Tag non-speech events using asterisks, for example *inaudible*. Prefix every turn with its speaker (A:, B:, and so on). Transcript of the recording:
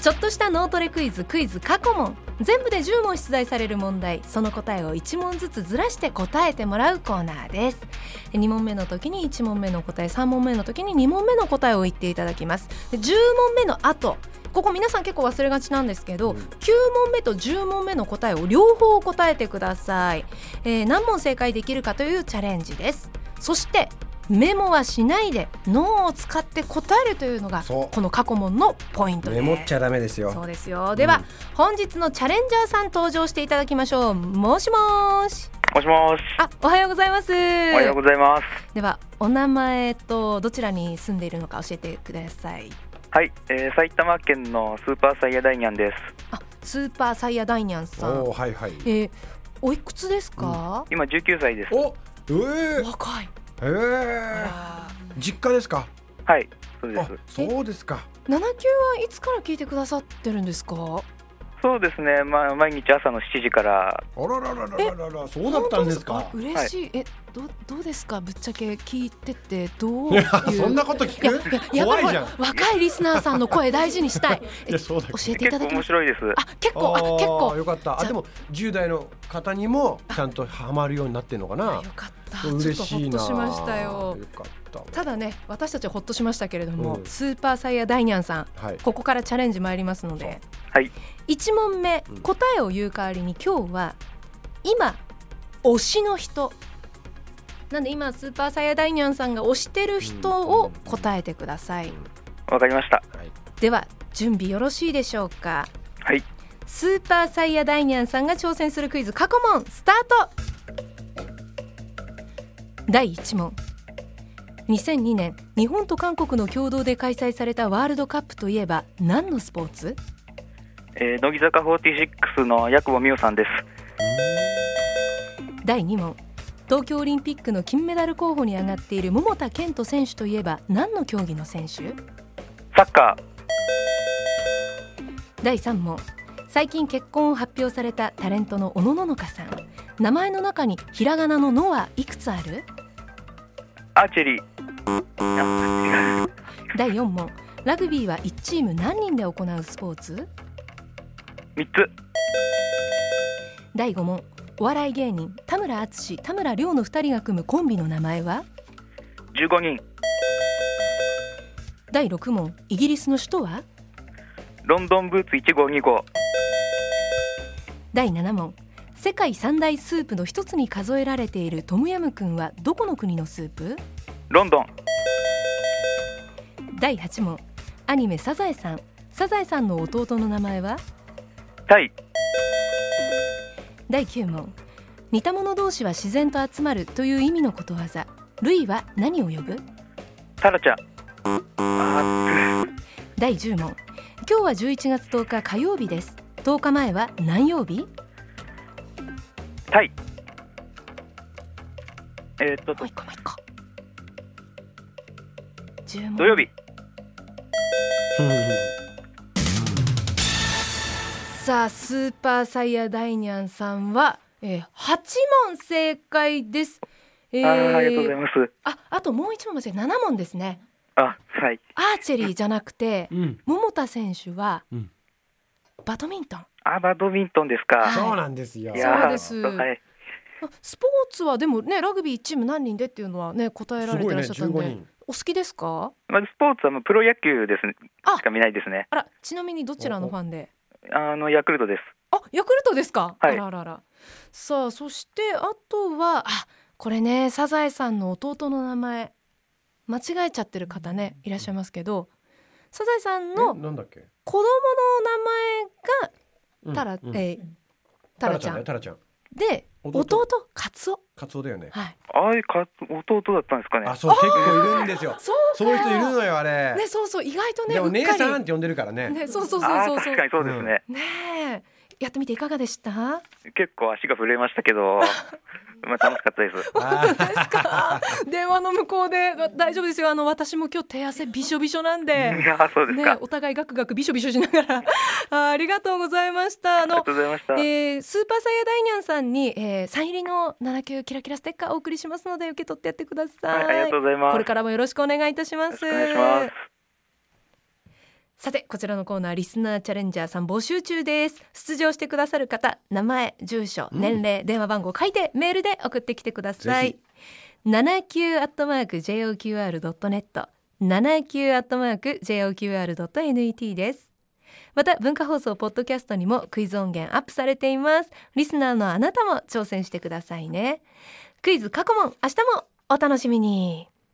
A: ちょっとした脳トレクイズクイズ過去問全部で10問出題される問題その答えを1問ずつずらして答えてもらうコーナーです2問目の時に1問目の答え3問目の時に2問目の答えを言っていただきますで10問目の後ここ皆さん結構忘れがちなんですけど、
B: うん
A: 9問目と10問目の答えを両方答えてください、えー何問正解できるかというチャレンジですそしてメモはしないで脳を使って答えるというのが
B: そう
A: この過去問のポイントです
B: メモっちゃダメです
A: そう
B: よ
A: ですよでは、
B: うん
A: 本日のチャレンジャーさん登場していただきましょうもしもーし
C: もしもし。
A: あおはようございます
C: おはようございます。
A: ではお名前とどちらに住んでいるのか教えてください
C: はい、えー埼玉県のスーパーサイヤダイニャンです。
A: あスーパーサイヤダイニャンさん
B: おーはいはい
A: えーおいくつですか、
C: 今19歳です。
B: おえー、
A: 若い
B: えー、実家ですか
C: はい、そうで
B: あ
C: す。
B: そうですか
A: 79はいつから聞いてくださってるんですか
C: そうですね。まあ毎日朝の7時から、
B: あらららららららそうだったんですか
A: 本当嬉しい、えどどうですかぶっちゃけ聞いててどう
B: い
A: いう
B: や *laughs* そんなこと聞
A: いや
B: く
A: いややっぱ
B: 怖
A: り
B: い
A: ほ
B: じゃ
A: ら
B: ん
A: 若いリスナーさんの声大事にした
B: *laughs*
A: いえ
B: いやそうだけど
A: 教えてい
C: 結
A: た
C: 構
A: だき
C: 面
A: ます
C: 白いです。
A: あ結構あ
B: あ
A: 結
B: あ
A: 構
B: よかった
A: じ
B: あ
A: ゃあ
B: でも10代の方にもちゃんとハマるようになってるのかな
A: あよかったちょっ
B: 嬉
A: とほ
B: し
A: っ
B: い
A: と
B: な
A: しましたよ
B: かった
A: ただね私たちはほっとしましたけれども、
B: うん
A: スーパーサイヤダイニャンさん
B: はい
A: ここからチャレンジ参りますので
C: はい、
A: 1問目
B: うん
A: 答えを言う代わりに今日は今推しの人なんで今スーパーサイヤダイニャンさんが推してる人を答えてください、
C: わかりました。
B: はい
A: では準備よろしいでしょうか
C: はい、
A: スーパーサイヤダイニャンさんが挑戦するクイズ過去問スタート第1問2002年日本と韓国の共同で開催されたワールドカップといえば何のスポーツ
C: えー、乃木坂46の八久保美桜さんです。
A: 第2問東京オリンピックの金メダル候補に上がっている桃田賢斗選手といえば何の競技の選手
C: サッカ
A: 第3問最近結婚を発表されたタレントの小野ののかさん名前の中にひらがなの「の」はいくつある
C: ー、アーチェリー。あ違う
A: 第4問ラグビーは1チーム何人で行うスポーツ
C: 三つ。
A: 第5問お笑い芸人田村淳田村亮の2人が組むコンビの名前は
C: 十五人。
A: 第6問イギリスの首都は
C: ロンドンブーツ一号二号。
A: 第7問世界三大スープの一つに数えられているトムヤムクンはどこの国のスープ
C: ロンドン。
A: 第8問アニメ「サザエさん」サザエさんの弟の名前は
C: タイ。
A: 第9問似た者同士は自然と集まるという意味のことわざ類は何を呼ぶ
C: タラちゃん。あ
A: 第10問今日は11月10日火曜日です10日前は何曜日
C: ー、タイ。えー、っと
A: もう一個もう一個10問
C: 土曜日。
A: さあスーパーサイヤダイニャンさんは、えー、8問正解です、え
C: あーありがとうご
A: す
C: ざいます。
A: ああともう一問間違え7問ですね
C: あ、はい。
A: アーチェリーじゃなくて
B: うん
A: 桃田選手は、
B: うん
A: バドミントン
C: あ、バドミントンですか。
B: そうなんですよ
C: いやー
A: そうです
C: はい。
A: あスポーツはでもねラグビーチーム何人でっていうのはね答えら
B: す
A: れ
B: ご
A: て
B: い
A: らっ
B: ね
A: しゃったんで、
B: 15人
A: お好きですか
C: まずスポーツはもうプロ野球ですね。
A: あ
C: しか見ないですね。
A: あらちなみにどちらのファンで
C: あのヤクルトです。
A: あヤクルトですか、
C: はい
A: あらあらあらさあそしてあとはあこれねサザエさんの弟の名前間違えちゃってる方ねいらっしゃいますけどサザエさんの
B: えなんだっけ
A: 子供
B: う
A: の名前がタラ、
B: んうん
A: えータラちゃ
B: だよ
A: ん
B: タラちゃん
A: で
B: 弟
A: 弟カツオ
B: カツオだよね
A: はい
C: あいか弟だったんですかね
B: あ。そう結構いるんですよ
A: そう
B: そういう人いるのよあれ
A: ねそうそう意外とね
B: でも姉
A: うっ
B: さ
A: か
B: んって呼んでるからね
A: りねそうそうそう
C: あ
A: そう
C: ー
A: そう
C: 確かにそうですね、
A: ねえやってみていかがでした
C: 結構足が震えました
A: *laughs*
C: けど、まあ楽しかったです。
B: あー
A: ですか電話の向こうでま大丈夫ですよあの私も今日手汗びしょびしょなん
C: い
A: で
C: *laughs* やーそうですか。
A: *laughs* ねお互いガクガクびしょびしょしなが
C: *laughs*
A: らあーありがとうございましたあ
C: ありが
A: の
C: とうございました。
A: えースーパーサイヤダイニャンさんに、えーサイン入りの7級キラキラステッカーお送りしますので受け取ってやってください、
C: はい、ありがとうございます。
A: これからもよろしくお願いいたしま
C: よろ
A: す
C: しくお願いします。
A: さてこちらのコーナーリスナーチャレンジャーさん募集中です出場してくださる方名前住所
B: うん
A: 年齢、電話番号書いてメールで送ってきてくださ
B: ぜ
A: い79アットマーク JOQR.net 79アットマーク JOQR.net ですまた文化放送ポッドキャストにもクイズ音源アップされていますリスナーのあなたも挑戦してくださいねクイズ過去問明日もお楽しみに